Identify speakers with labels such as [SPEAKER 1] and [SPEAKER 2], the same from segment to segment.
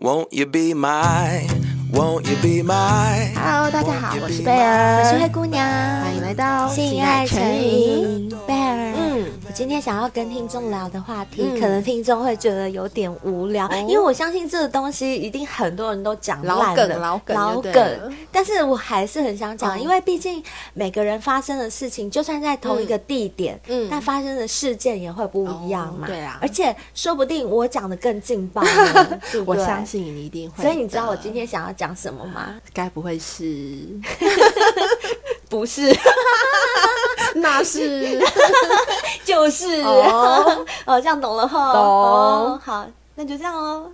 [SPEAKER 1] Won't you be my? Won't you be my?
[SPEAKER 2] Hello，大家好，我是贝儿，
[SPEAKER 3] 我是灰姑娘，
[SPEAKER 2] 欢迎来到
[SPEAKER 3] 性爱成瘾，贝儿。
[SPEAKER 2] 嗯，
[SPEAKER 3] 我今天想要跟听众聊的话题，
[SPEAKER 2] 嗯哦
[SPEAKER 3] 可能听众会觉得有点无聊，因为我相信这个东西一定很多人都讲烂了
[SPEAKER 2] 老梗老
[SPEAKER 3] 老
[SPEAKER 2] 梗就对了
[SPEAKER 3] 梗。但是我还是很想讲，
[SPEAKER 2] 嗯
[SPEAKER 3] 因为毕竟每个人发生的事情，就算在同一个地点，
[SPEAKER 2] 嗯
[SPEAKER 3] 嗯，但发生的事件也会不一样嘛。
[SPEAKER 2] 哦对啊
[SPEAKER 3] 而且说不定我讲的更劲 爆呢，对不
[SPEAKER 2] 我
[SPEAKER 3] 对
[SPEAKER 2] 相。信你一定会。
[SPEAKER 3] 所以你知道我今天想要讲什么吗？
[SPEAKER 2] 该不会 是
[SPEAKER 3] 不是，
[SPEAKER 2] 那是？
[SPEAKER 3] 就是
[SPEAKER 2] 哦
[SPEAKER 3] 哦，这样懂了哈。
[SPEAKER 2] 懂
[SPEAKER 3] 哦好，那就这样喽。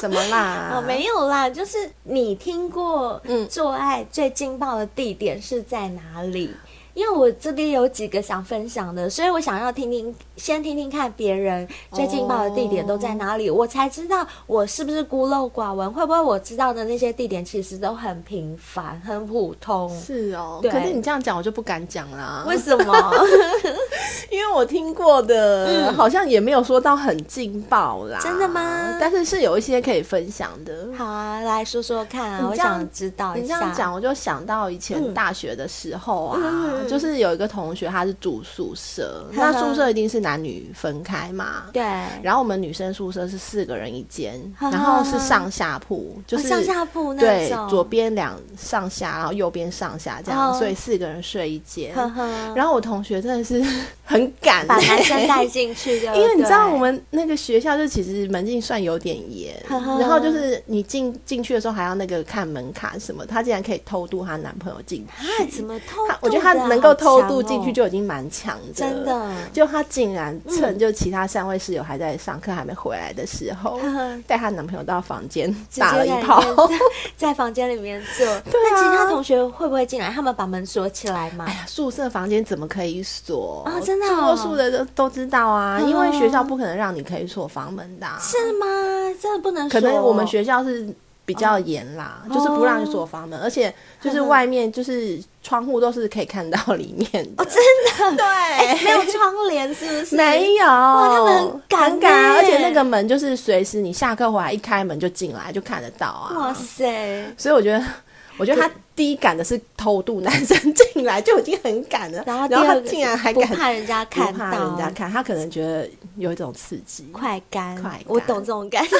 [SPEAKER 2] 什么啦？
[SPEAKER 3] 哦，没有啦，就是你听过，
[SPEAKER 2] 啊嗯
[SPEAKER 3] 嗯，做爱最劲爆的地点是在哪里？因为我这边有几个想分享的，所以我想要听听，先听听看别人最劲爆的地点都在哪里，
[SPEAKER 2] 哦
[SPEAKER 3] 我才知道我是不是孤陋寡闻，会不会我知道的那些地点其实都很平凡、很普通？
[SPEAKER 2] 是哦。
[SPEAKER 3] 对
[SPEAKER 2] 可是你这样讲，我就不敢讲啦。
[SPEAKER 3] 为什 么？
[SPEAKER 2] 因为我听过的，好像也没有说到很劲爆啦。
[SPEAKER 3] 真的吗
[SPEAKER 2] 但是是有一些可以分享的。
[SPEAKER 3] 好啊，来说说看啊，
[SPEAKER 2] 你
[SPEAKER 3] 我
[SPEAKER 2] 这样
[SPEAKER 3] 想知道一
[SPEAKER 2] 你这
[SPEAKER 3] 下。
[SPEAKER 2] 样讲，我就想到以前大学的时候啊，
[SPEAKER 3] 嗯
[SPEAKER 2] 就是有一个同学他是住宿 舍，那宿舍一定是男女分开嘛。
[SPEAKER 3] 对，
[SPEAKER 2] 然后我们女生宿舍是四个人一间，
[SPEAKER 3] 哈哈
[SPEAKER 2] 然后是上下铺，就是、
[SPEAKER 3] 哦上下铺那
[SPEAKER 2] 对
[SPEAKER 3] 种，
[SPEAKER 2] 左，边两上下，然后右边上下这样，
[SPEAKER 3] 哦
[SPEAKER 2] 所以四个人睡一间。
[SPEAKER 3] 呵呵，
[SPEAKER 2] 然后我同学真的是 很敢、欸
[SPEAKER 3] 把男生带进去的，
[SPEAKER 2] 因为你知道
[SPEAKER 3] 呃对
[SPEAKER 2] 我们那个学校就其实门禁算有点 严，
[SPEAKER 3] 呵呵
[SPEAKER 2] 然后就是你进进去的时候还要那个看门卡什么，她竟然可以偷渡她男朋友进去，
[SPEAKER 3] 啊，怎么偷渡的
[SPEAKER 2] 她
[SPEAKER 3] 啊？
[SPEAKER 2] 我觉得她能够偷渡
[SPEAKER 3] 好强哦
[SPEAKER 2] 进去就已经蛮强的，
[SPEAKER 3] 真。的，嗯
[SPEAKER 2] 就她竟然趁就其他三位室友还在上课还没回来的时 候
[SPEAKER 3] 呵呵，
[SPEAKER 2] 带她男朋友到房间
[SPEAKER 3] 直接
[SPEAKER 2] 打了一
[SPEAKER 3] 在里
[SPEAKER 2] 炮，啊
[SPEAKER 3] 面在房间里面 做。那其他同学会不会进来？他们把门锁起来吗
[SPEAKER 2] 哎？呀，宿舍房间怎么可以锁？
[SPEAKER 3] 啊真的
[SPEAKER 2] 住过
[SPEAKER 3] 哦
[SPEAKER 2] 宿的都都知道啊，
[SPEAKER 3] 嗯
[SPEAKER 2] 因为学校不可能让你可以锁房门的啊、
[SPEAKER 3] 是吗？真的不能
[SPEAKER 2] 可
[SPEAKER 3] 锁
[SPEAKER 2] 能我们学校是比较严啦，
[SPEAKER 3] 哦
[SPEAKER 2] 就是不让你锁房门，而且就是外面就是窗户都是可以看到里面 的，
[SPEAKER 3] 哦真 的哎
[SPEAKER 2] 对。
[SPEAKER 3] 没有窗帘，是不 是？
[SPEAKER 2] 没有，他
[SPEAKER 3] 们很敢
[SPEAKER 2] 很敢啊，
[SPEAKER 3] 欸
[SPEAKER 2] 而且那个门就是随时你下课回来一开门就进来就看得到
[SPEAKER 3] 哇
[SPEAKER 2] 啊。
[SPEAKER 3] 塞！
[SPEAKER 2] 所以我觉得，我觉得他第一敢的是偷渡男生进来就已经很敢了，
[SPEAKER 3] 然
[SPEAKER 2] 然
[SPEAKER 3] 后第
[SPEAKER 2] 他
[SPEAKER 3] 二个
[SPEAKER 2] 竟然还
[SPEAKER 3] 不
[SPEAKER 2] 敢
[SPEAKER 3] 怕人家
[SPEAKER 2] 不
[SPEAKER 3] 看
[SPEAKER 2] 怕
[SPEAKER 3] 到，
[SPEAKER 2] 人家看，他可能觉得有一种刺 激，
[SPEAKER 3] 快干，
[SPEAKER 2] 快干
[SPEAKER 3] 我懂这种感觉，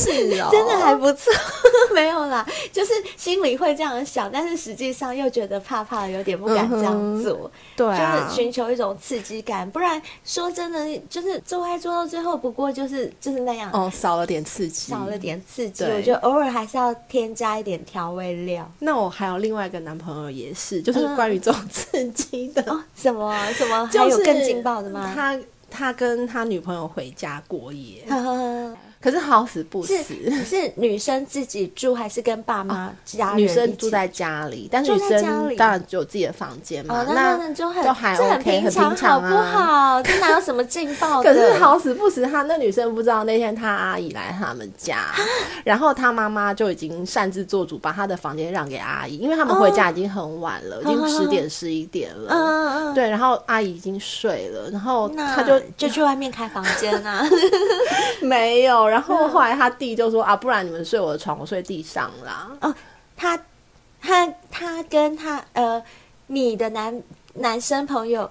[SPEAKER 2] 是哦，
[SPEAKER 3] 真的还不错。 没有啦，就是心里会这样想，但是实际上又觉得怕怕的，有点不敢这
[SPEAKER 2] 嗯
[SPEAKER 3] 样
[SPEAKER 2] 哼
[SPEAKER 3] 做。
[SPEAKER 2] 对
[SPEAKER 3] 就
[SPEAKER 2] 啊
[SPEAKER 3] 是，寻求一种刺激感，不然说真的，就是做爱做到最后，不过就是就是那样，
[SPEAKER 2] 哦，少了点刺激，
[SPEAKER 3] 少了点刺激。
[SPEAKER 2] 对
[SPEAKER 3] 我觉得偶尔还是要添加一点调味料。
[SPEAKER 2] 那我还有另外一个男朋友也是，就是关于这种刺激的，
[SPEAKER 3] 哦，什么什么，还
[SPEAKER 2] 就
[SPEAKER 3] 有
[SPEAKER 2] 是
[SPEAKER 3] 更劲爆的吗？
[SPEAKER 2] 他他跟他女朋友回家过夜，
[SPEAKER 3] 呵呵呵
[SPEAKER 2] 可是好死不 死， 哦
[SPEAKER 3] 是是女生自己住还是跟爸妈家人
[SPEAKER 2] 女
[SPEAKER 3] 一
[SPEAKER 2] 生
[SPEAKER 3] 起
[SPEAKER 2] 住在家里，但是
[SPEAKER 3] 住
[SPEAKER 2] 女
[SPEAKER 3] 在家
[SPEAKER 2] 生
[SPEAKER 3] 里
[SPEAKER 2] 当然只有自己的房间嘛。
[SPEAKER 3] 哦，那那就很
[SPEAKER 2] 就还
[SPEAKER 3] 这
[SPEAKER 2] OK，
[SPEAKER 3] 很平
[SPEAKER 2] 常，平
[SPEAKER 3] 常
[SPEAKER 2] 常
[SPEAKER 3] 好不
[SPEAKER 2] 啊？
[SPEAKER 3] 好？这哪有什么劲爆的？
[SPEAKER 2] 可是好死不死，他那女生不知道那天他阿姨来他们家，然后他妈妈就已经擅自做主把他的房间让给阿姨，因为他们回家已经很晚了，已经十点十一点了。
[SPEAKER 3] 嗯，嗯嗯，
[SPEAKER 2] 对，然后阿姨已经睡了，然后
[SPEAKER 3] 那
[SPEAKER 2] 他 就
[SPEAKER 3] 就去外面开房间 啊。
[SPEAKER 2] 没有，然
[SPEAKER 3] 嗯
[SPEAKER 2] 后后来他弟就说啊，不然你们睡我的床，我睡地上啦。
[SPEAKER 3] 他他他跟他呃，你的男男生朋友，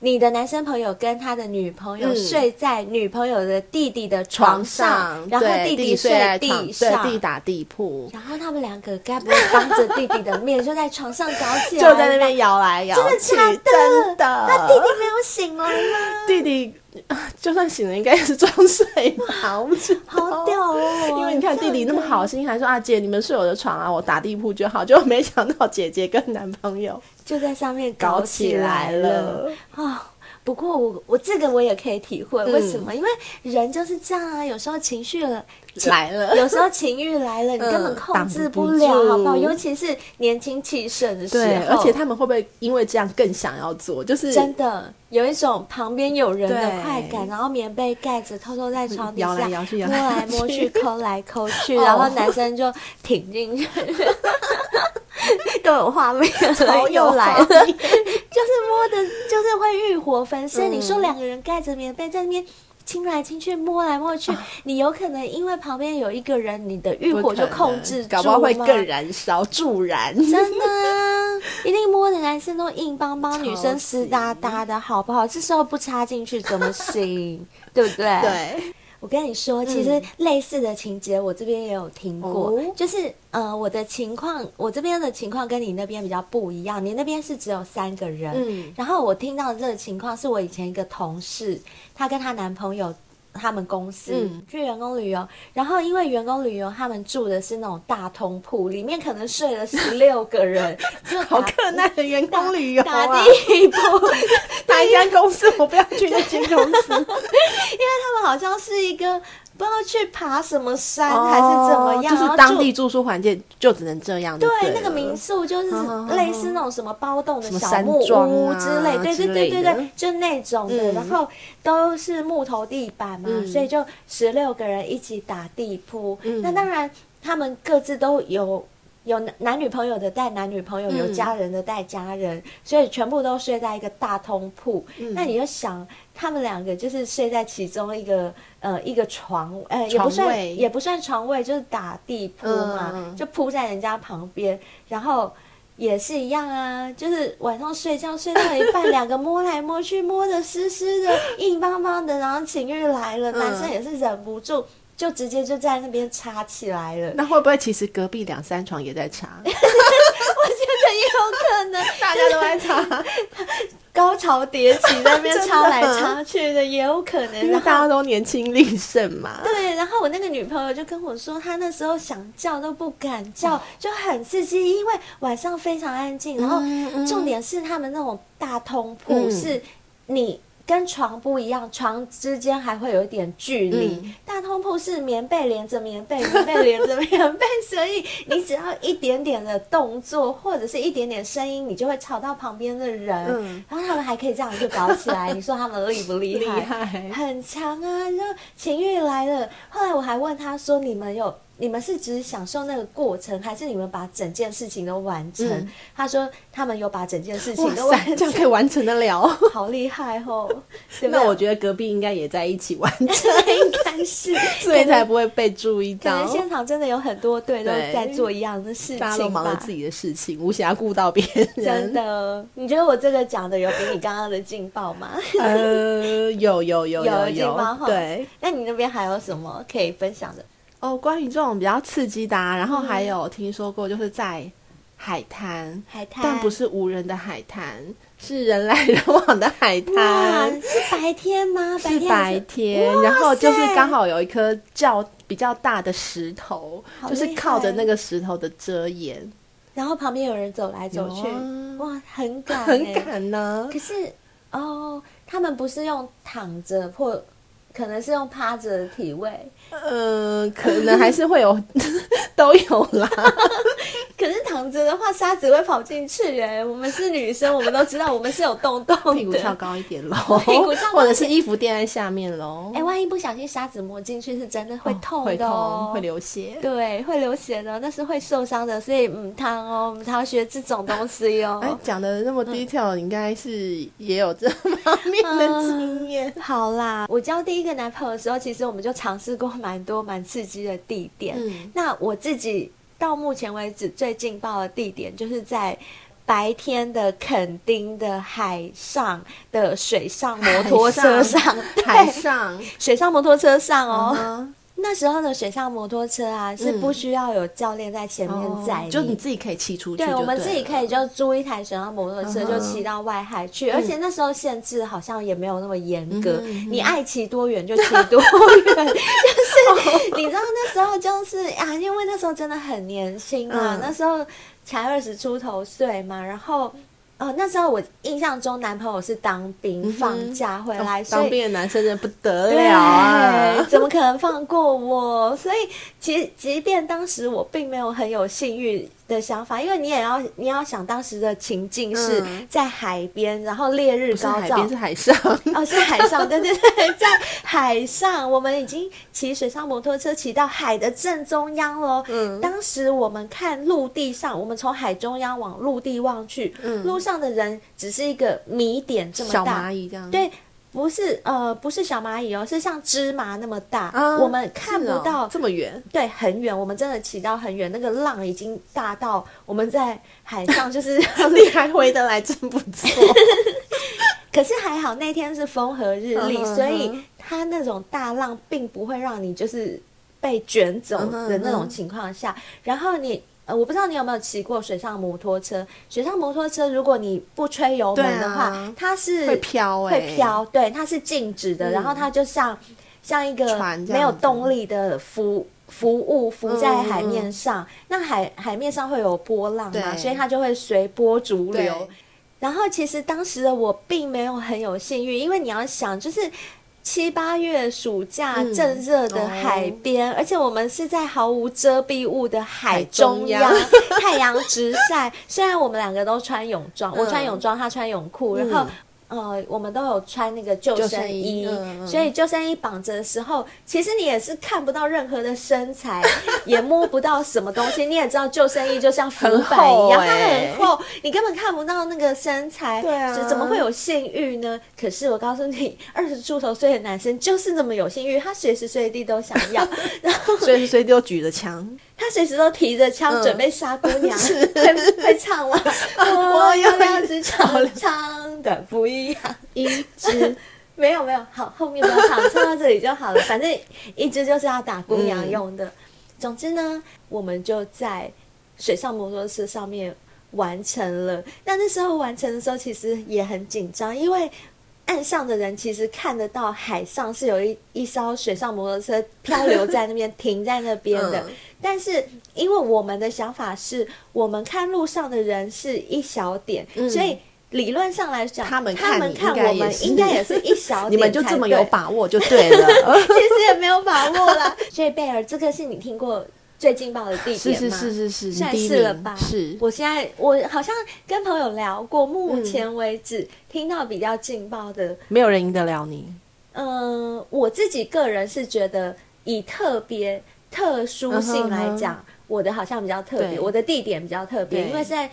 [SPEAKER 3] 你的男生朋友跟他的女朋友
[SPEAKER 2] 嗯
[SPEAKER 3] 睡在女朋友的弟弟的床
[SPEAKER 2] 上，
[SPEAKER 3] 然后
[SPEAKER 2] 对
[SPEAKER 3] 弟
[SPEAKER 2] 弟弟
[SPEAKER 3] 睡
[SPEAKER 2] 在
[SPEAKER 3] 地
[SPEAKER 2] 床
[SPEAKER 3] 上，
[SPEAKER 2] 对，弟打地铺，
[SPEAKER 3] 然后他们两个该不会当着弟弟的面就在床上搞 起
[SPEAKER 2] 就
[SPEAKER 3] 来吧，
[SPEAKER 2] 在那边哦摇来摇
[SPEAKER 3] 啊真的
[SPEAKER 2] 去，
[SPEAKER 3] 假的
[SPEAKER 2] 真
[SPEAKER 3] 那弟
[SPEAKER 2] 的。
[SPEAKER 3] 弟没有醒来吗？
[SPEAKER 2] 弟弟啊就算醒了，应该也是装睡吧，我不知道
[SPEAKER 3] 好屌哦！
[SPEAKER 2] 因为你看
[SPEAKER 3] 这
[SPEAKER 2] 弟
[SPEAKER 3] 样
[SPEAKER 2] 弟那么好心，还说啊姐，你们睡我的床啊，我打地铺就好。就没想到姐姐跟男朋友
[SPEAKER 3] 就在上面
[SPEAKER 2] 搞
[SPEAKER 3] 搞
[SPEAKER 2] 起
[SPEAKER 3] 起
[SPEAKER 2] 来
[SPEAKER 3] 来了。
[SPEAKER 2] 了，
[SPEAKER 3] 哦，不过我我这个我也可以体会，
[SPEAKER 2] 嗯
[SPEAKER 3] 为什么？因为人就是这样啊，有时候情绪了，
[SPEAKER 2] 来了。
[SPEAKER 3] 有时候情欲来了，你根本控制了，
[SPEAKER 2] 嗯挡不住
[SPEAKER 3] 好不好？尤其是年轻气盛的时
[SPEAKER 2] 对，
[SPEAKER 3] 候，
[SPEAKER 2] 而且他们会不会因为这样更想要做？就是
[SPEAKER 3] 哦真的有一种旁边有人
[SPEAKER 2] 对嗯
[SPEAKER 3] 的快感，然后棉被盖着，偷偷在床底下
[SPEAKER 2] 摇来摇去摇
[SPEAKER 3] 摸
[SPEAKER 2] 来摇
[SPEAKER 3] 来
[SPEAKER 2] 去
[SPEAKER 3] 摸去，抠来抠 去，
[SPEAKER 2] 哦
[SPEAKER 3] 然后男生就挺进去。 都有画 面了，又来了，就是摸的，就是会欲火焚身。
[SPEAKER 2] 嗯
[SPEAKER 3] 你说两个人盖着棉被在那边亲来亲去、摸来摸去，
[SPEAKER 2] 啊
[SPEAKER 3] 你有可能因为旁边有一个人，你的欲火就控制住
[SPEAKER 2] 搞不好会
[SPEAKER 3] 嘛
[SPEAKER 2] 更燃烧，助燃。
[SPEAKER 3] 真的啊，一定摸的男生都硬邦邦，女
[SPEAKER 2] 超
[SPEAKER 3] 生
[SPEAKER 2] 级
[SPEAKER 3] 湿哒哒的，好不好？这时候不插进去怎么行？对不对？，
[SPEAKER 2] 对，嗯
[SPEAKER 3] 我跟你说，其实类似的情节我这边也有听过，
[SPEAKER 2] 哦
[SPEAKER 3] 就是呃，我的情况，我这边的情况跟你那边比较不一样，你那边是只有三个人，
[SPEAKER 2] 嗯
[SPEAKER 3] 然后我听到的这个情况是我以前一个同事，她跟她男朋友。他们公司、
[SPEAKER 2] 嗯
[SPEAKER 3] 去员工旅游，然后因为员工旅游，他们住的是那种大通铺，里面可能睡了十六个人，就
[SPEAKER 2] 好
[SPEAKER 3] 打
[SPEAKER 2] 困难的员工旅游啊！
[SPEAKER 3] 打第一步，
[SPEAKER 2] 哪一家公司？我不要去那间公司。
[SPEAKER 3] 他们好像是一个不知道去爬什么山、
[SPEAKER 2] 哦
[SPEAKER 3] 还是怎么样，
[SPEAKER 2] 就
[SPEAKER 3] 然
[SPEAKER 2] 是
[SPEAKER 3] 后
[SPEAKER 2] 当地住宿环境就只能这样就
[SPEAKER 3] 对
[SPEAKER 2] 了
[SPEAKER 3] 那个民宿就是
[SPEAKER 2] 嗯嗯嗯
[SPEAKER 3] 类似那种什么包栋的
[SPEAKER 2] 什么
[SPEAKER 3] 小
[SPEAKER 2] 山
[SPEAKER 3] 木
[SPEAKER 2] 庄
[SPEAKER 3] 屋
[SPEAKER 2] 啊
[SPEAKER 3] 之类，对对
[SPEAKER 2] 之
[SPEAKER 3] 对
[SPEAKER 2] 类
[SPEAKER 3] 对
[SPEAKER 2] 的
[SPEAKER 3] 对，就那种的，
[SPEAKER 2] 嗯
[SPEAKER 3] 然后都是木头地板嘛，
[SPEAKER 2] 嗯
[SPEAKER 3] 所以就十六个人一起打地铺。
[SPEAKER 2] 嗯
[SPEAKER 3] 那当然，他们各自都有。有男男女朋友的带男女朋友，有
[SPEAKER 2] 嗯
[SPEAKER 3] 家人的带家人，所以全部都睡在一个大通铺。
[SPEAKER 2] 嗯
[SPEAKER 3] 那你就想，他们两个就是睡在其中一个呃一个床，呃也不
[SPEAKER 2] 床
[SPEAKER 3] 算
[SPEAKER 2] 位
[SPEAKER 3] 也不算床位，就是打地铺嘛，
[SPEAKER 2] 嗯嗯
[SPEAKER 3] 就铺在人家旁边，然后也是一样啊，就是晚上睡觉睡到一半，两个摸来摸去，摸的湿湿的、硬邦邦的，然后情欲来了，
[SPEAKER 2] 嗯
[SPEAKER 3] 男生也是忍不住，就直接就在那边插起 来了。
[SPEAKER 2] 那会不会其实隔壁两三床也在 查？
[SPEAKER 3] 我觉得也有 可能，
[SPEAKER 2] 大家都在 查，
[SPEAKER 3] 高潮迭起在那 边
[SPEAKER 2] 真的
[SPEAKER 3] 插来插去的，也有可能。
[SPEAKER 2] 因为
[SPEAKER 3] 然后
[SPEAKER 2] 大家都年轻力盛嘛。
[SPEAKER 3] 对，然后我那个女朋友就跟我说，她那时候想叫都不敢叫，就很刺激，因为晚上非常安静。然后
[SPEAKER 2] 嗯嗯
[SPEAKER 3] 重点是他们那种大通铺
[SPEAKER 2] 嗯
[SPEAKER 3] 是你。跟床不一样，床之间还会有一点距离。
[SPEAKER 2] 嗯
[SPEAKER 3] 大通铺是棉被连着棉被，棉被连着棉被，所以你只要一点点的动作或者是一点点声音，你就会吵到旁边的人。
[SPEAKER 2] 嗯
[SPEAKER 3] 然后他们还可以这样就搞起 来，你说他们厉不厉害？
[SPEAKER 2] 厉害
[SPEAKER 3] 很强啊！就情欲来了，后来我还问他说：“你们有，你们是只享受那个过程，还是你们把整件事情都完成？”
[SPEAKER 2] 嗯
[SPEAKER 3] 他说：“他们有把整件事
[SPEAKER 2] 哇
[SPEAKER 3] 情都
[SPEAKER 2] 塞，
[SPEAKER 3] 完
[SPEAKER 2] 这样
[SPEAKER 3] 成，
[SPEAKER 2] 可以完成得了。
[SPEAKER 3] 好厉害哦！”对不
[SPEAKER 2] 那
[SPEAKER 3] 对
[SPEAKER 2] 我觉得隔壁应该也在一起完成，
[SPEAKER 3] 得应该是，
[SPEAKER 2] 所以才不会被注意
[SPEAKER 3] 可能可
[SPEAKER 2] 到
[SPEAKER 3] 能。现场真的有很多队都
[SPEAKER 2] 对
[SPEAKER 3] 在做一样的事情吧，
[SPEAKER 2] 大家都忙着自己的事情，无暇顾到别人
[SPEAKER 3] 真。的，你觉得我这个讲的有比你刚刚的劲爆吗？
[SPEAKER 2] 呃，有有有
[SPEAKER 3] 有
[SPEAKER 2] 有
[SPEAKER 3] 劲爆哈
[SPEAKER 2] 对。
[SPEAKER 3] 那你那边还有什么可以分享的？
[SPEAKER 2] 哦，关于这种比较刺激的、啊，然后还有听说过，就是在海滩，
[SPEAKER 3] 海滩？
[SPEAKER 2] 但不是无人的海滩，是人来人往的海
[SPEAKER 3] 哇，
[SPEAKER 2] 滩，
[SPEAKER 3] 是白天吗？
[SPEAKER 2] 是
[SPEAKER 3] 天还
[SPEAKER 2] 白
[SPEAKER 3] 是
[SPEAKER 2] 天
[SPEAKER 3] 哇，
[SPEAKER 2] 然后就是
[SPEAKER 3] 塞
[SPEAKER 2] 刚好有一颗较比较大的石头，
[SPEAKER 3] 好
[SPEAKER 2] 就是
[SPEAKER 3] 厉
[SPEAKER 2] 靠着
[SPEAKER 3] 害
[SPEAKER 2] 那个石头的遮掩，
[SPEAKER 3] 然后旁边有人走来走去，
[SPEAKER 2] 有啊
[SPEAKER 3] 哇，很赶、欸
[SPEAKER 2] 很。赶呢、
[SPEAKER 3] 可是哦，他们不是用躺着或可能是用趴着的体位，呃
[SPEAKER 2] 嗯，可能还是会 有，都有啦。
[SPEAKER 3] 可是躺着的话沙子会跑进去哎。我们是女生，我们都知道我们是有洞洞 的。
[SPEAKER 2] 屁股翘高一点喽，
[SPEAKER 3] 屁股翘高一点
[SPEAKER 2] 或者是衣服垫在下面喽，
[SPEAKER 3] 哎，万一不小心沙子摸进去，是真的会痛
[SPEAKER 2] 会
[SPEAKER 3] 的、哦
[SPEAKER 2] 痛，会流血。
[SPEAKER 3] 对，会流血的，那是会受伤的，所以嗯，汤哦，我们汤学这种东西哦。
[SPEAKER 2] 哎，讲的那么 detail，、你应该是也有这方面的经验。
[SPEAKER 3] 好啦，我交第一个男朋友的时候，其实我们就尝试过蛮多蛮刺激的地点。
[SPEAKER 2] 嗯
[SPEAKER 3] 那我自己到目前为止最劲爆的地点，就是在白天的垦丁的海上的水上摩托车上， 对
[SPEAKER 2] 海上，
[SPEAKER 3] 水上摩托车上嗯哦。
[SPEAKER 2] 嗯
[SPEAKER 3] 那时候的水上摩托车啊，是不需要有教练在前面载你、
[SPEAKER 2] 哦就你自己可以骑出去
[SPEAKER 3] 哦对，
[SPEAKER 2] 就
[SPEAKER 3] 我们
[SPEAKER 2] 对
[SPEAKER 3] 自己
[SPEAKER 2] 了
[SPEAKER 3] 可以就租一台水上摩托车，
[SPEAKER 2] 嗯哼
[SPEAKER 3] 就骑到外海去。而且那时候限制好像也没有那么严格
[SPEAKER 2] 嗯，哼嗯哼
[SPEAKER 3] 你爱骑多远就骑多远。 就是你知道那时候就是啊，因为那时候真的很年轻嘛，
[SPEAKER 2] 嗯
[SPEAKER 3] 那时候才二十出头岁嘛，然后。哦，那时候我印象中男朋友是当兵、
[SPEAKER 2] 嗯哼
[SPEAKER 3] 放假回来，
[SPEAKER 2] 哦
[SPEAKER 3] 所
[SPEAKER 2] 当
[SPEAKER 3] 以
[SPEAKER 2] 兵的男生真的不得了啊
[SPEAKER 3] 对！怎么可能放过我？所以，其实即便当时我并没有很有性欲的想法，因为你也要你要想当时的情境是
[SPEAKER 2] 嗯
[SPEAKER 3] 在海边，然后烈日
[SPEAKER 2] 不是
[SPEAKER 3] 高
[SPEAKER 2] 海
[SPEAKER 3] 照
[SPEAKER 2] 边，是海上，
[SPEAKER 3] 哦，是海上，对对对，在海上，我们已经骑水上摩托车骑到海的正中央喽。
[SPEAKER 2] 嗯
[SPEAKER 3] 当时我们看陆地上，我们从海中央往陆地望去，
[SPEAKER 2] 嗯
[SPEAKER 3] 路上的人只是一个米点这么
[SPEAKER 2] 小
[SPEAKER 3] 大
[SPEAKER 2] 蚂，蚁这样。
[SPEAKER 3] 对，不是呃不是小蚂蚁哦，是像芝麻那么大，
[SPEAKER 2] 啊
[SPEAKER 3] 我们看不
[SPEAKER 2] 是哦
[SPEAKER 3] 到
[SPEAKER 2] 这么 远，
[SPEAKER 3] 对，很远，我们真的骑到很远，那个浪已经大到我们在海上 就是，
[SPEAKER 2] 你还回得来，哎真不 错。
[SPEAKER 3] 可是还好那天是风和日丽，
[SPEAKER 2] 嗯哼
[SPEAKER 3] 所
[SPEAKER 2] 嗯
[SPEAKER 3] 以它那种大浪并不会让你就是被卷走
[SPEAKER 2] 嗯哼
[SPEAKER 3] 的那
[SPEAKER 2] 嗯
[SPEAKER 3] 种
[SPEAKER 2] 哼
[SPEAKER 3] 情况下，然后你。呃，我不知道你有没有骑过水上摩托车。水上摩托车，如果你不吹油门的话，
[SPEAKER 2] 对啊
[SPEAKER 3] 它是
[SPEAKER 2] 会飘欸
[SPEAKER 3] 会飘，对，它是静止
[SPEAKER 2] 嗯
[SPEAKER 3] 的，然后它就像像一个
[SPEAKER 2] 船这样
[SPEAKER 3] 没有
[SPEAKER 2] 子
[SPEAKER 3] 动力的浮浮物浮在海
[SPEAKER 2] 嗯嗯
[SPEAKER 3] 面上。那海海面上会有波浪嘛，
[SPEAKER 2] 对
[SPEAKER 3] 所以它就会随波逐流
[SPEAKER 2] 对。
[SPEAKER 3] 然后其实当时的我并没有很有幸运，因为你要想，就是七八月暑假
[SPEAKER 2] 嗯哦
[SPEAKER 3] 正热的海边，而且我们是在毫无遮蔽物的海中央，
[SPEAKER 2] 海
[SPEAKER 3] 太阳直晒。虽然我们两个都穿泳装，
[SPEAKER 2] 嗯
[SPEAKER 3] 我穿泳装，他穿泳裤，然后。呃，我们都有穿那个救
[SPEAKER 2] 救
[SPEAKER 3] 生
[SPEAKER 2] 生衣
[SPEAKER 3] 衣，
[SPEAKER 2] 嗯嗯
[SPEAKER 3] 所以救生衣绑着的时候，其实你也是看不到任何的身材，也摸不到什么东西。你也知道救生衣就像浮板一样，
[SPEAKER 2] 很厚
[SPEAKER 3] 它
[SPEAKER 2] 欸
[SPEAKER 3] 很厚，你根本看不到那个身材，
[SPEAKER 2] 对啊
[SPEAKER 3] 是怎么会有性欲呢？可是我告诉你，二十出头岁的男生就是这么有性欲，他随时随地都想 要，然后
[SPEAKER 2] 随时随地都举着枪，
[SPEAKER 3] 他随时都提着枪
[SPEAKER 2] 嗯
[SPEAKER 3] 准备杀姑娘，会会 唱吗？哦我
[SPEAKER 2] 有
[SPEAKER 3] 有两只
[SPEAKER 2] 好了
[SPEAKER 3] 长长的不一样。
[SPEAKER 2] 一只
[SPEAKER 3] 没有没有，好，后面不要唱，唱到这里就好了。反正一只就是要打姑娘用
[SPEAKER 2] 嗯
[SPEAKER 3] 的。总之呢，我们就在水上摩托车上面完成了。那那时候完成的时候，其实也很紧张，因为岸上的人其实看得到海上是有一一艘水上摩托车漂流在那边停在那边的。
[SPEAKER 2] 嗯
[SPEAKER 3] 但是因为我们的想法是，我们看路上的人是一小点，
[SPEAKER 2] 嗯
[SPEAKER 3] 所以。理论上来讲，
[SPEAKER 2] 他们
[SPEAKER 3] 他
[SPEAKER 2] 看
[SPEAKER 3] 们
[SPEAKER 2] 你
[SPEAKER 3] 看
[SPEAKER 2] 应该
[SPEAKER 3] 我
[SPEAKER 2] 也
[SPEAKER 3] 们
[SPEAKER 2] 是
[SPEAKER 3] 应该也是一小点，
[SPEAKER 2] 你们就这么有，把握就对 了。
[SPEAKER 3] 其实也没有把握啦。所以贝尔，这个是你听过最劲爆的地
[SPEAKER 2] 是
[SPEAKER 3] 点
[SPEAKER 2] 是
[SPEAKER 3] 吗？
[SPEAKER 2] 是是是，你
[SPEAKER 3] 算
[SPEAKER 2] 第一
[SPEAKER 3] 是了
[SPEAKER 2] 名
[SPEAKER 3] 吧。
[SPEAKER 2] 是
[SPEAKER 3] 我现在我好像跟朋友聊过，目前为止、听到比较劲爆的，
[SPEAKER 2] 没有人赢得了你。
[SPEAKER 3] 嗯、我自己个人是觉得以特别特殊性
[SPEAKER 2] 嗯
[SPEAKER 3] 来讲。我的好像比较特别，
[SPEAKER 2] 对
[SPEAKER 3] 我的地点比较特别，
[SPEAKER 2] 对
[SPEAKER 3] 因为是在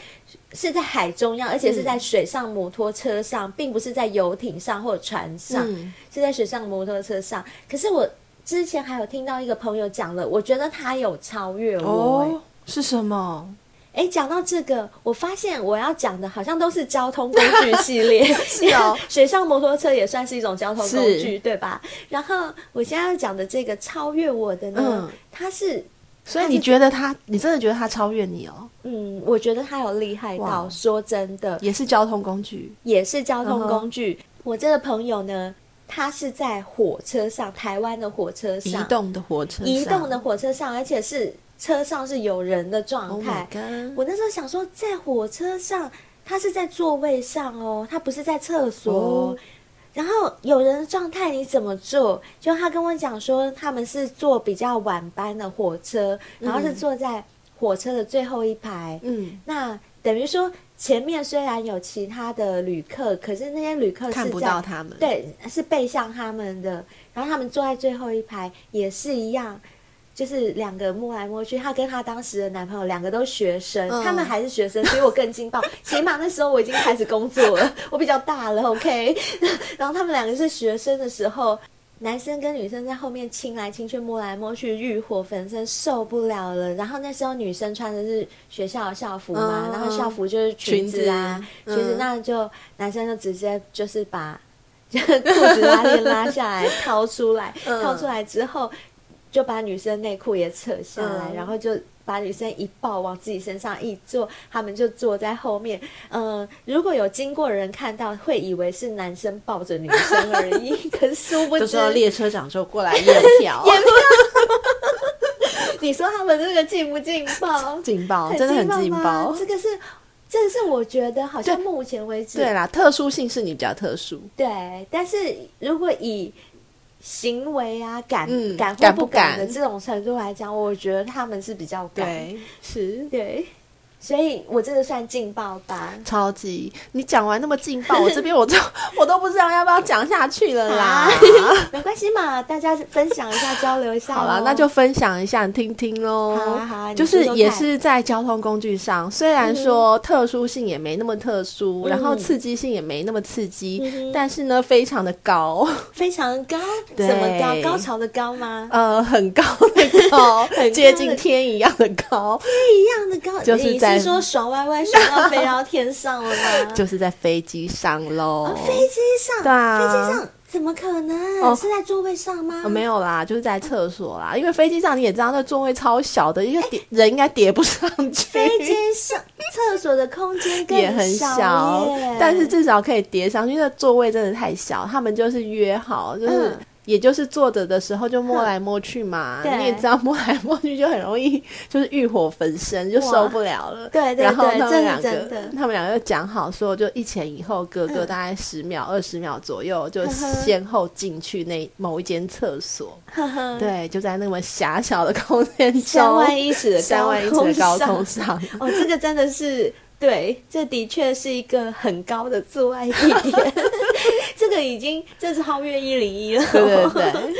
[SPEAKER 3] 是在海中央，而且
[SPEAKER 2] 嗯
[SPEAKER 3] 是在水上摩托车上，并不是在游艇上或船上。
[SPEAKER 2] 嗯
[SPEAKER 3] 是在水上摩托车上。可是我之前还有听到一个朋友讲了，我觉得他有超越我、欸。
[SPEAKER 2] 哦，是什么？
[SPEAKER 3] 哎、讲到这个，我发现我要讲的好像都是交通工具 系列，是
[SPEAKER 2] 哦，
[SPEAKER 3] 水上摩托车也算是一种交通工具，
[SPEAKER 2] 是
[SPEAKER 3] 对吧？然后我现在要讲的这个超越我的呢，
[SPEAKER 2] 嗯
[SPEAKER 3] 它是。
[SPEAKER 2] 所以
[SPEAKER 3] 他
[SPEAKER 2] 你
[SPEAKER 3] 是
[SPEAKER 2] 觉得他，你真的觉得他超越你哦？
[SPEAKER 3] 嗯，我觉得他有厉害到，
[SPEAKER 2] 哇嗯
[SPEAKER 3] 说真的，
[SPEAKER 2] 也是交通工具，
[SPEAKER 3] 也是交通工具。我这个朋友呢，他是在火车上，台湾的火车
[SPEAKER 2] 移
[SPEAKER 3] 上，
[SPEAKER 2] 动的火车上，
[SPEAKER 3] 移动的火车上，而且是车上是有人的状
[SPEAKER 2] Oh
[SPEAKER 3] 态
[SPEAKER 2] my。god！
[SPEAKER 3] 我那时候想说，在火车上，他是在座位上哦，他不是在厕所哦、
[SPEAKER 2] 哦
[SPEAKER 3] 然后有人的状态你怎么坐？就他跟我讲说，他们是坐比较晚班的火车，然后是坐在火车的最后一排。
[SPEAKER 2] 嗯，
[SPEAKER 3] 那等于说，前面虽然有其他的旅客，可是那些旅客是
[SPEAKER 2] 看不
[SPEAKER 3] 在
[SPEAKER 2] 到他们。，
[SPEAKER 3] 对，是背向他们的，然后他们坐在最后一排也是一样，就是两个摸来摸去。她跟她当时的男朋友两个都学生，
[SPEAKER 2] 嗯
[SPEAKER 3] 他们还是学生，所以我更劲 爆。起码那时候我已经开始工作了，我比较大了，OK。然 后他们两个是学生的时候。男生跟女生在后面亲来亲去、摸来摸去，欲火焚身，受不了了。然后那时候女生穿的是学校的校服嘛，
[SPEAKER 2] 嗯
[SPEAKER 3] 然后校服就是裙
[SPEAKER 2] 裙
[SPEAKER 3] 子啊，
[SPEAKER 2] 子
[SPEAKER 3] 裙子
[SPEAKER 2] 嗯
[SPEAKER 3] 那就男生就直接就是把 就裤子拉链拉下来，掏出来，
[SPEAKER 2] 嗯
[SPEAKER 3] 掏出来之后就把女生内裤也扯下来，
[SPEAKER 2] 嗯
[SPEAKER 3] 然后就。把女生一抱往自己身上一坐，他们就坐在后面。嗯、如果有经过的人看到，会以为是男生抱着女生而 已。可是殊不
[SPEAKER 2] 就
[SPEAKER 3] 知，
[SPEAKER 2] 说列车长就过 来验票，
[SPEAKER 3] 你说他们这个劲不劲 爆？
[SPEAKER 2] 劲爆，真的很
[SPEAKER 3] 劲
[SPEAKER 2] 劲
[SPEAKER 3] 吗
[SPEAKER 2] 爆。
[SPEAKER 3] 这个是，这个是我觉得好像
[SPEAKER 2] 对
[SPEAKER 3] 目前为止
[SPEAKER 2] 对啦，特殊性是你比较特殊，
[SPEAKER 3] 对，但是如果以行为啊、敢、
[SPEAKER 2] 嗯
[SPEAKER 3] 敢或
[SPEAKER 2] 敢
[SPEAKER 3] 不
[SPEAKER 2] 不
[SPEAKER 3] 敢的
[SPEAKER 2] 敢
[SPEAKER 3] 这种程度来讲，我觉得他们是比较敢。
[SPEAKER 2] 对，是。
[SPEAKER 3] 对，所以我这个算劲爆吧。
[SPEAKER 2] 超级，你讲完那么劲爆，我这边我 都我都不知道要不要讲下去了啦。
[SPEAKER 3] 没关系嘛，大家分享一下，交流一下 咯。
[SPEAKER 2] 好啦，那就分享一下，你听听喽。
[SPEAKER 3] 好啊好啊你
[SPEAKER 2] 就
[SPEAKER 3] 说
[SPEAKER 2] 是
[SPEAKER 3] 说
[SPEAKER 2] 也
[SPEAKER 3] 看嗯
[SPEAKER 2] 是在交通工具上，虽然说特殊性也没那么特殊，然后刺激性也没那么刺激，
[SPEAKER 3] 嗯
[SPEAKER 2] 但是呢，非常的高，
[SPEAKER 3] 非常高，
[SPEAKER 2] 对
[SPEAKER 3] 怎么高？高潮的高吗？
[SPEAKER 2] 呃，很高的高
[SPEAKER 3] 很高的，
[SPEAKER 2] 接近天一样的高，
[SPEAKER 3] 一样的高，
[SPEAKER 2] 就是
[SPEAKER 3] 你
[SPEAKER 2] 在
[SPEAKER 3] 是说爽歪歪爽到飞到天上了吗？
[SPEAKER 2] 就是在飞机上喽。
[SPEAKER 3] 哦飞机上，
[SPEAKER 2] 对啊
[SPEAKER 3] 飞机上怎么可能？
[SPEAKER 2] 哦
[SPEAKER 3] 是在座位上吗？
[SPEAKER 2] 呃没有啦，就是在厕所啦，因为飞机上你也知道，那座位超小的，一个叠、人应该叠不上去。
[SPEAKER 3] 飞机上厕所的空间更
[SPEAKER 2] 也很小
[SPEAKER 3] 耶，
[SPEAKER 2] 但是至少可以叠上去。那座位真的太小，他们就是约好，就是、
[SPEAKER 3] 嗯
[SPEAKER 2] 也就是坐着的时候就摸来摸去嘛。
[SPEAKER 3] 对
[SPEAKER 2] 你也知道，摸来摸去就很容易就是欲火焚身，就受不了了。
[SPEAKER 3] 对对
[SPEAKER 2] 然后
[SPEAKER 3] 对
[SPEAKER 2] 他
[SPEAKER 3] 这
[SPEAKER 2] 们
[SPEAKER 3] 是
[SPEAKER 2] 两
[SPEAKER 3] 真
[SPEAKER 2] 个
[SPEAKER 3] 的，
[SPEAKER 2] 他们两个就讲好说，就一前一后，隔个
[SPEAKER 3] 嗯
[SPEAKER 2] 大概十秒、二十、秒左右，就
[SPEAKER 3] 呵呵
[SPEAKER 2] 先后进去那某一间厕所。
[SPEAKER 3] 呵呵，
[SPEAKER 2] 对，就在那么狭小的空间中，
[SPEAKER 3] 三万一尺的
[SPEAKER 2] 三万一尺的高空上。
[SPEAKER 3] 哦，这个真的是对，这的确是一个很高的做爱地点， 这个已经这是超越一零一了。
[SPEAKER 2] 对对对。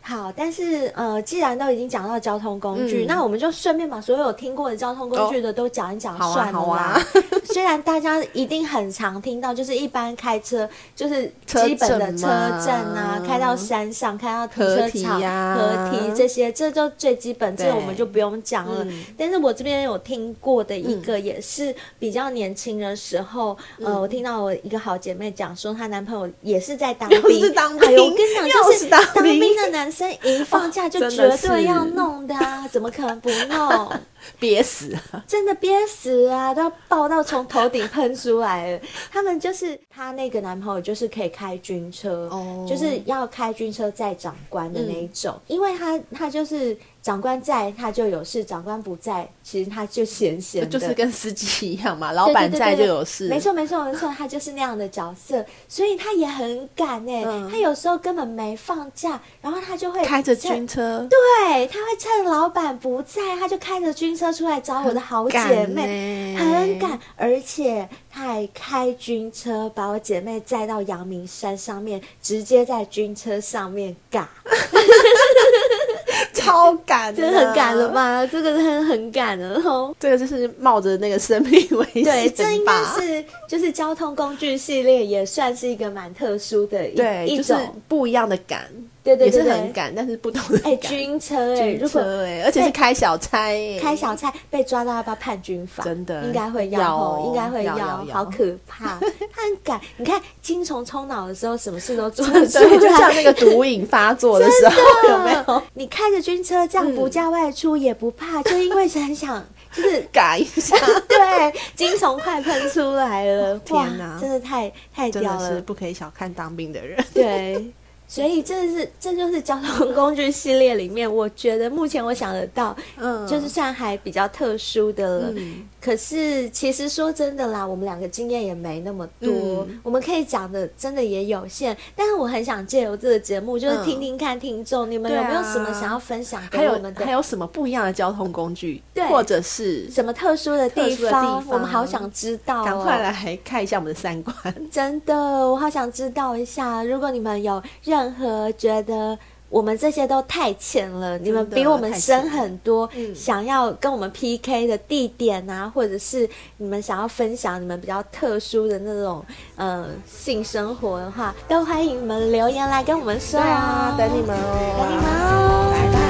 [SPEAKER 3] 好，但是呃，既然都已经讲到交通工具，
[SPEAKER 2] 嗯
[SPEAKER 3] 那我们就顺便把所有听过的交通工具的都讲一讲
[SPEAKER 2] 好啊
[SPEAKER 3] 算了啦。
[SPEAKER 2] 好啊
[SPEAKER 3] 虽然大家一定很常听到，就是一般开车就是
[SPEAKER 2] 车
[SPEAKER 3] 基本的
[SPEAKER 2] 震
[SPEAKER 3] 车
[SPEAKER 2] 嘛
[SPEAKER 3] 震啊，开到山上，开到停
[SPEAKER 2] 合
[SPEAKER 3] 车
[SPEAKER 2] 体
[SPEAKER 3] 场、
[SPEAKER 2] 呀
[SPEAKER 3] 合体这些，这就最基本，这
[SPEAKER 2] 对
[SPEAKER 3] 我们就不用讲了。
[SPEAKER 2] 嗯
[SPEAKER 3] 但是我这边有听过的一个，也是比较年轻的时候，
[SPEAKER 2] 嗯
[SPEAKER 3] 呃，我听到我一个好姐妹讲说，她男朋友也是在当
[SPEAKER 2] 又
[SPEAKER 3] 兵，
[SPEAKER 2] 是当
[SPEAKER 3] 哎呦我
[SPEAKER 2] 兵
[SPEAKER 3] 跟你讲，
[SPEAKER 2] 又
[SPEAKER 3] 就是
[SPEAKER 2] 当
[SPEAKER 3] 当
[SPEAKER 2] 兵
[SPEAKER 3] 兵的男生一放假就
[SPEAKER 2] 哦真
[SPEAKER 3] 绝
[SPEAKER 2] 的
[SPEAKER 3] 对
[SPEAKER 2] 是
[SPEAKER 3] 要弄的 啊，怎么可能不弄？
[SPEAKER 2] 憋死了。
[SPEAKER 3] 真的憋死啊，都要爆到从头顶喷出来了。他们就是她那个男朋友，就是可以开军车，
[SPEAKER 2] 哦嗯
[SPEAKER 3] 就是要开军车载长官的那一种，因为他他就是长官在，他就有事；长官不在，其实他就闲闲的，
[SPEAKER 2] 就是跟司机一样嘛，老
[SPEAKER 3] 对
[SPEAKER 2] 板
[SPEAKER 3] 对对
[SPEAKER 2] 在就
[SPEAKER 3] 对
[SPEAKER 2] 有事。
[SPEAKER 3] 没错，没错，没错，他就是那样的角色，所以他也很赶哎、
[SPEAKER 2] 嗯
[SPEAKER 3] 他有时候根本没放假，然后他就会
[SPEAKER 2] 开着
[SPEAKER 3] 趁
[SPEAKER 2] 军车，
[SPEAKER 3] 对，他会趁老板不在，他就开着军车出来找我的好姐妹，
[SPEAKER 2] 很赶欸
[SPEAKER 3] 很赶，而且他还开军车把我姐妹载到阳明山上面，直接在军车上面嘎，
[SPEAKER 2] 超赶，
[SPEAKER 3] 真的很赶了？吧？这个真的很赶了哦。
[SPEAKER 2] 这个就是冒着那个生命危险吧，
[SPEAKER 3] 对，这应该 是就是交通工具系列，也算是一个蛮特殊的一
[SPEAKER 2] 对，
[SPEAKER 3] 一
[SPEAKER 2] 就是
[SPEAKER 3] 种，
[SPEAKER 2] 不一样的赶，
[SPEAKER 3] 对对
[SPEAKER 2] 也
[SPEAKER 3] 对
[SPEAKER 2] 是
[SPEAKER 3] 对，
[SPEAKER 2] 很赶，但是不同的
[SPEAKER 3] 哎，
[SPEAKER 2] 赶
[SPEAKER 3] 军车哎，
[SPEAKER 2] 军
[SPEAKER 3] 如果
[SPEAKER 2] 车哎，而且是开小差哎，
[SPEAKER 3] 开小菜被抓到要不要判军法？
[SPEAKER 2] 真的
[SPEAKER 3] 应该会要
[SPEAKER 2] 要
[SPEAKER 3] 哦
[SPEAKER 2] 哦，
[SPEAKER 3] 应该会
[SPEAKER 2] 要要要
[SPEAKER 3] 好可 怕！他很敢，你看精虫冲脑的时候，什么事都做得出来。
[SPEAKER 2] 对，就像 那个毒瘾发作的时候，有没有？嗯
[SPEAKER 3] 你开着军车这样不叫外出也不怕，就因为很想， 就是
[SPEAKER 2] 赶一 下，
[SPEAKER 3] 对精虫快喷出来了，哇
[SPEAKER 2] 天哪
[SPEAKER 3] 真的太太
[SPEAKER 2] 真
[SPEAKER 3] 屌
[SPEAKER 2] 的
[SPEAKER 3] 了
[SPEAKER 2] 是，不可以小看当兵的 人。
[SPEAKER 3] 对。所以这是这就是交通工具系列里面，我觉得目前我想得到，
[SPEAKER 2] 嗯
[SPEAKER 3] 就是算还比较特殊的了。
[SPEAKER 2] 嗯
[SPEAKER 3] 可是其实说真的啦，我们两个经验也没那么多，
[SPEAKER 2] 嗯
[SPEAKER 3] 我们可以讲的真的也有限。但是我很想借由这个节目，就是
[SPEAKER 2] 嗯
[SPEAKER 3] 听听看听众、你们
[SPEAKER 2] 对
[SPEAKER 3] 有
[SPEAKER 2] 啊
[SPEAKER 3] 没有什么想要分享给
[SPEAKER 2] 还
[SPEAKER 3] 我
[SPEAKER 2] 有
[SPEAKER 3] 们的，
[SPEAKER 2] 还有什么不一样的交通工具
[SPEAKER 3] 对，
[SPEAKER 2] 或者是
[SPEAKER 3] 什么特殊的地
[SPEAKER 2] 特殊的地
[SPEAKER 3] 方
[SPEAKER 2] 方
[SPEAKER 3] 我们好想知道、哦。
[SPEAKER 2] 赶快来看一下我们的三观。
[SPEAKER 3] 真的，我好想知道一下，如果你们有任何觉得我们这些都太浅了，你们比我们深很多，
[SPEAKER 2] 嗯
[SPEAKER 3] 想要跟我们 PK 的地点啊，或者是你们想要分享你们比较特殊的那种呃性 生活的话，都欢迎你们留言来跟我们说、哦。
[SPEAKER 2] 对啊，等你们哦，
[SPEAKER 3] 等你们哦，拜拜。